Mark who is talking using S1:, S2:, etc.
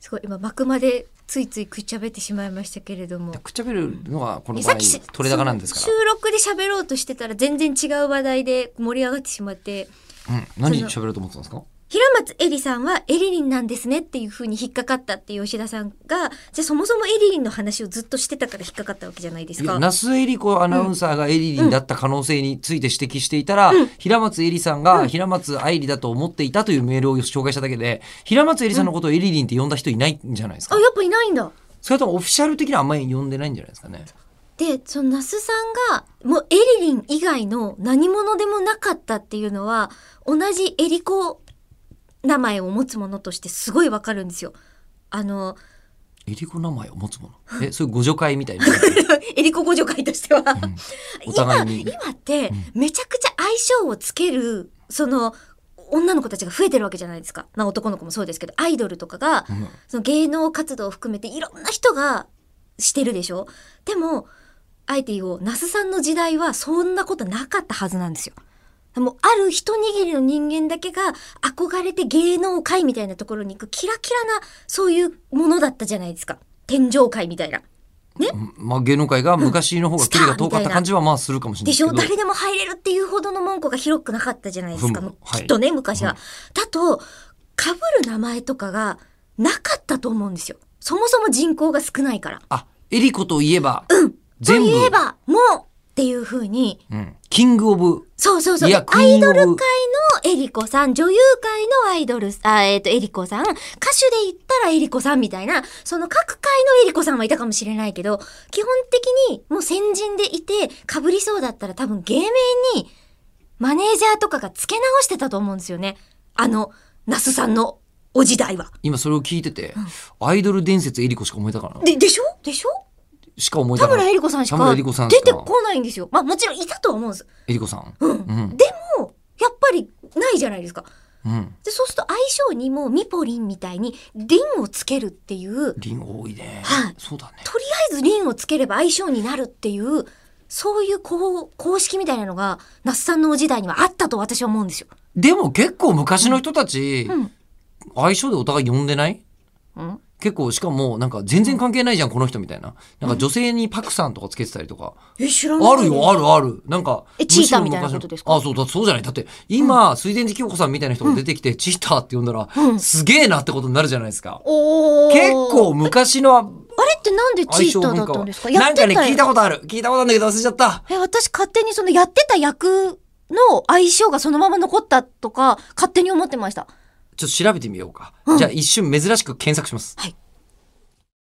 S1: すごい今幕までついついくっちゃべってしまいましたけれども
S2: でくっちゃべるのがこの
S1: え
S2: 場
S1: さっ
S2: 合
S1: きし
S2: 取れ高なんですか
S1: そう収録で喋ろうとしてたら全然違う話題で盛り上がってしまって
S2: ら、うん、何喋ろうと思ってたんですか
S1: 平松エリさんはエリリンなんですねっていう風に引っかかったっていう吉田さんがじゃあそもそもエリリンの話をずっとしてたから引っかかったわけじゃないです
S2: い
S1: か
S2: や。那須恵理子アナウンサーがエリリンだった可能性について指摘していたら、平松エリさんが平松愛理だと思っていたというメールを紹介しただけで平松エリさんのことをエリリンって呼んだ人いないんじゃないです
S1: あ
S2: か、
S1: やっぱいないんだ
S2: それともオフィシャル的にはあんまり呼んでないんじゃないですかね
S1: でその那須さんがもうエリリン以外の何者でもなかったっていうのは同じエリコ名前を持つものとしてすごいわかるんですよ。あの
S2: エリコ名前を持つものえそういう互助会みたいな
S1: エリコ互助会としては、
S2: お互いに
S1: 今今ってめちゃくちゃ相性をつけるその女の子たちが増えてるわけじゃないですか、まあ、男の子もそうですけどアイドルとかが、
S2: ん
S1: その芸能活動を含めていろんな人がしてるでしょでもあえて言おう那須さんの時代はそんなことなかったはずなんですよ。もうある一握りの人間だけが憧れて芸能界みたいなところに行くキラキラなそういうものだったじゃないですか天井界みたいな。
S2: うんまあ、芸能界が昔の方が距離が遠かった感じはまあするかもしれ
S1: でしょ
S2: ないです
S1: 誰
S2: け
S1: でも入れるっていうほどの門戸が広くなかったじゃないですか、
S2: うん
S1: もう
S2: はい
S1: きっとね昔は。だとかぶる名前とかがなかったと思うんですよそもそも人口が少ないから。
S2: どあエリコといえば、全部
S1: といえばもうっていうふうに
S2: うん、キングオブ
S1: そうそうそう
S2: い
S1: で
S2: や
S1: アイドル界
S2: 国を
S1: のエリコさん女優界のアイドルあ、えっとエリコさん歌手で言ったらエリコさんみたいなその各界のエリコさんはいたかもしれないけど基本的にもう先人でいてかぶりそうだったら多分芸名にマネージャーとかが付け直してたと思うんですよねあの那須さんのお時代は。
S2: 今それを聞いてて、アイドル伝説エリコしか思いたからな
S1: ででしょでしょ
S2: しか思いた
S1: 田
S2: から
S1: 村エリコさんし
S2: 田村
S1: か
S2: エ
S1: 出
S2: リコさんしか
S1: てこないんですよ。まあもちろんいたとは思うんです。
S2: エリコさん
S1: うん
S2: うん
S1: でもやっぱりないじゃないですか。
S2: うん
S1: でそうすると相性にもミポリンみたいにリンをつけるっていうとり
S2: リン多いね、
S1: はい
S2: そうだね
S1: あえずリンをつければ相性になるっていうそういうこう公式みたいなのが那須さんの時代にはあったと私は思うんですよ。
S2: でも結構昔の人たち、
S1: うん
S2: 相性でお互い呼んでない
S1: うん、
S2: 結構しかもなんか全然関係ないじゃんこの人みたいななんか女性にパクさんとかつけてたりとか、
S1: え知ら
S2: あるよあるあるなんか
S1: えチーターみたいなことですか
S2: むしろ昔のあそうだそうじゃないだって今、水田寺清子さんみたいな人が出てきて、チーターって呼んだら、
S1: うん
S2: すげえなってことになるじゃないですか
S1: おー
S2: 結構昔の
S1: あれってなんでチ
S2: 相
S1: ー
S2: 性
S1: ターだっ
S2: 文化
S1: た
S2: は
S1: んですかや
S2: な
S1: っ
S2: んか
S1: て
S2: ね
S1: た
S2: 聞いたことある聞いたことあるんだけど忘れちゃった
S1: え私勝手にそのやってた役の相性がそのまま残ったとか勝手に思ってました。
S2: ちょっと調べてみようか。
S1: うん
S2: じゃあ一瞬珍しく検索します。
S1: はい